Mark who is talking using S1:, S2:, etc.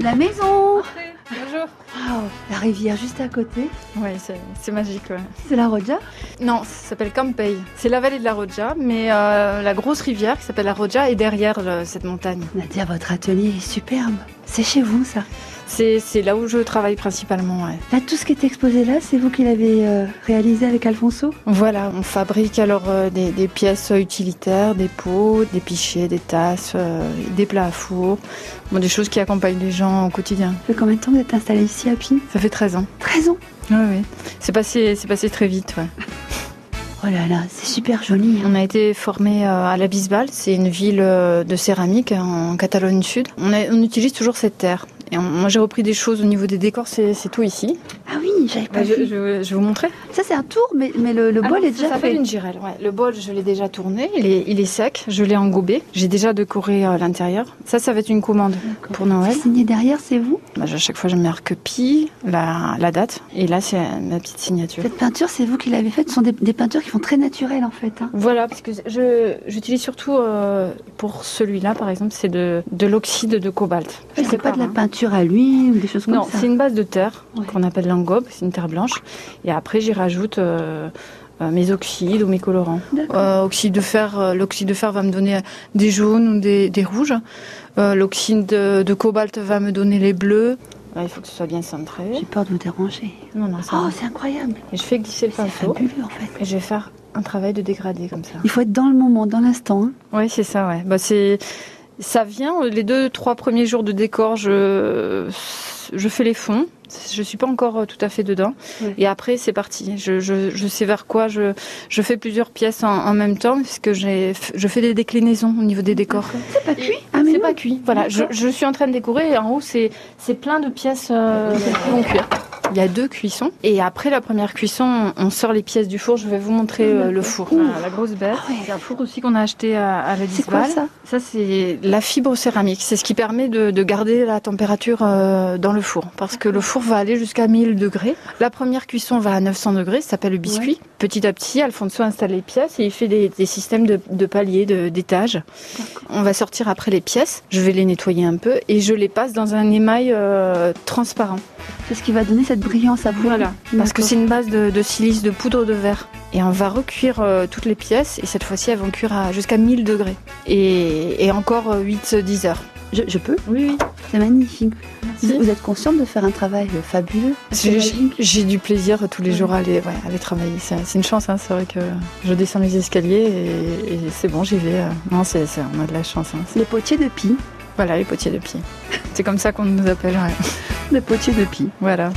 S1: La maison
S2: Bonjour.
S1: Waouh, La rivière juste à côté,
S2: Oui, c'est c'est magique. ouais.
S1: c'est la Roja.
S2: Non, ça s'appelle Campey. C'est la vallée de la Roja, mais euh, la grosse rivière qui s'appelle la Roja est derrière euh, cette montagne.
S1: Nadia, ah, votre atelier est superbe. C'est chez vous, ça.
S2: C'est c'est là où je travaille principalement. ouais.
S1: Là, tout ce qui est exposé là, c'est vous qui l'avez euh, réalisé avec Alfonso
S2: Voilà, on fabrique alors euh, des, des pièces utilitaires, des pots, des pichets, des tasses, euh, des plats à four, bon, des choses qui accompagnent les gens au quotidien.
S1: Ça fait combien de temps que vous êtes installé ici à Pi
S2: Ça fait 13 ans.
S1: 13 ans
S2: Oui, Ah oui. C'est passé, c'est passé très vite. ouais.
S1: Oh là là, c'est super joli. hein.
S2: On a été formé euh, à la Bisbal, c'est une ville euh, de céramique hein, en Catalogne Sud. On, a- on utilise toujours cette terre. Et on- moi j'ai repris des choses au niveau des décors, c'est c'est tout ici.
S1: Ah oui, j'avais pas
S2: Bah, je,
S1: vu.
S2: je- je vais vous montrer.
S1: Ça, c'est un tour, mais, mais le, le
S2: Ah
S1: bol
S2: non,
S1: est
S2: ça
S1: déjà
S2: s'appelle
S1: fait.
S2: une girelle. ouais. Le bol, je l'ai déjà tourné, il est, il est sec, je l'ai engobé. J'ai déjà décoré euh, l'intérieur. Ça, ça va être une commande
S1: D'accord.
S2: pour Noël.
S1: C'est signé derrière, c'est vous
S2: Bah, à chaque fois, je marque pi, la, la date, et là, c'est ma petite signature.
S1: Cette peinture, c'est vous qui l'avez faite. Ce sont des, des peintures qui font très naturelles, en fait. hein.
S2: Voilà, parce que je j'utilise surtout euh, pour celui-là, par exemple, c'est de, de l'oxyde de cobalt.
S1: Et C'est pas
S2: Sépare,
S1: de la
S2: hein.
S1: peinture à lui ou des choses comme
S2: Non,
S1: ça.
S2: c'est une base de terre
S1: Ouais.
S2: qu'on appelle l'engobe, c'est une terre blanche. Et après, j'y rajoute euh, euh, mes oxydes ou mes colorants.
S1: D'accord.
S2: Euh, oxyde de fer, euh, l'oxyde de fer va me donner euh, des jaunes ou des, des rouges. Euh, l'oxyde de, de cobalt va me donner les bleus. Ouais, il faut que ce soit bien centré.
S1: J'ai peur de vous déranger.
S2: Non, non, ça
S1: Oh,
S2: va.
S1: c'est incroyable.
S2: Et je fais glisser le
S1: C'est
S2: pinceau
S1: fabuleux, en fait.
S2: et je vais faire un travail de dégradé comme ça.
S1: Il faut être dans le moment, dans l'instant. hein.
S2: Oui, c'est ça, ouais. Bah, c'est... Ça vient, euh, les deux, trois premiers jours de décor, je, je fais les fonds. Je suis pas encore euh, tout à fait dedans.
S1: Ouais.
S2: Et après, c'est parti. Je, je, je sais vers quoi. Je, je fais plusieurs pièces en, en même temps, puisque j'ai, je fais des déclinaisons au niveau des décors.
S1: C'est pas cuit Ah, mais
S2: c'est
S1: non.
S2: pas cuit. Voilà, je,
S1: D'accord.
S2: je suis en train de décorer et en haut, c'est, c'est plein de pièces euh, qui vont cuire. Il y a deux cuissons. Et après la première cuisson, on sort les pièces du four. Je vais vous montrer euh, le four.
S1: Ouh.
S2: la grosse bête.
S1: Ah ouais.
S2: C'est un four aussi qu'on a acheté à, à la
S1: C'est quoi
S2: Disbal.
S1: ça
S2: Ça, c'est la fibre céramique. C'est ce qui permet de, de garder la température euh, dans le four. Parce que le four va aller jusqu'à 1000 degrés. La première cuisson va à 900 degrés. Ça s'appelle le biscuit. Petit à petit, Alfonso installe les pièces et il fait des, des systèmes de, de paliers, de- d'étages.
S1: D'accord.
S2: On va sortir après les pièces. Je vais les nettoyer un peu et je les passe dans un émail euh, transparent.
S1: C'est ce qui va donner cette brillance à vous.
S2: Voilà. Parce que
S1: D'accord.
S2: c'est une base de, de silice, de poudre de verre. Et on va recuire euh, toutes les pièces et cette fois-ci, elles vont cuire à jusqu'à 1000 degrés. Et, et encore 8-10 heures.
S1: Je, je peux
S2: Oui, oui.
S1: C'est magnifique. Vous, vous êtes consciente de faire un travail euh, fabuleux
S2: J'ai-
S1: magique.
S2: J'ai du plaisir tous les
S1: Ouais.
S2: jours à aller, ouais, à aller travailler. C'est c'est une chance, hein, c'est vrai que je descends les escaliers et, et c'est bon, j'y vais. euh. Non, c'est c'est- on a de la chance. hein.
S1: Les potiers de pie.
S2: Voilà, les potiers de pied. C'est comme ça qu'on nous appelle, ouais.
S1: Les potiers de pie.
S2: Voilà.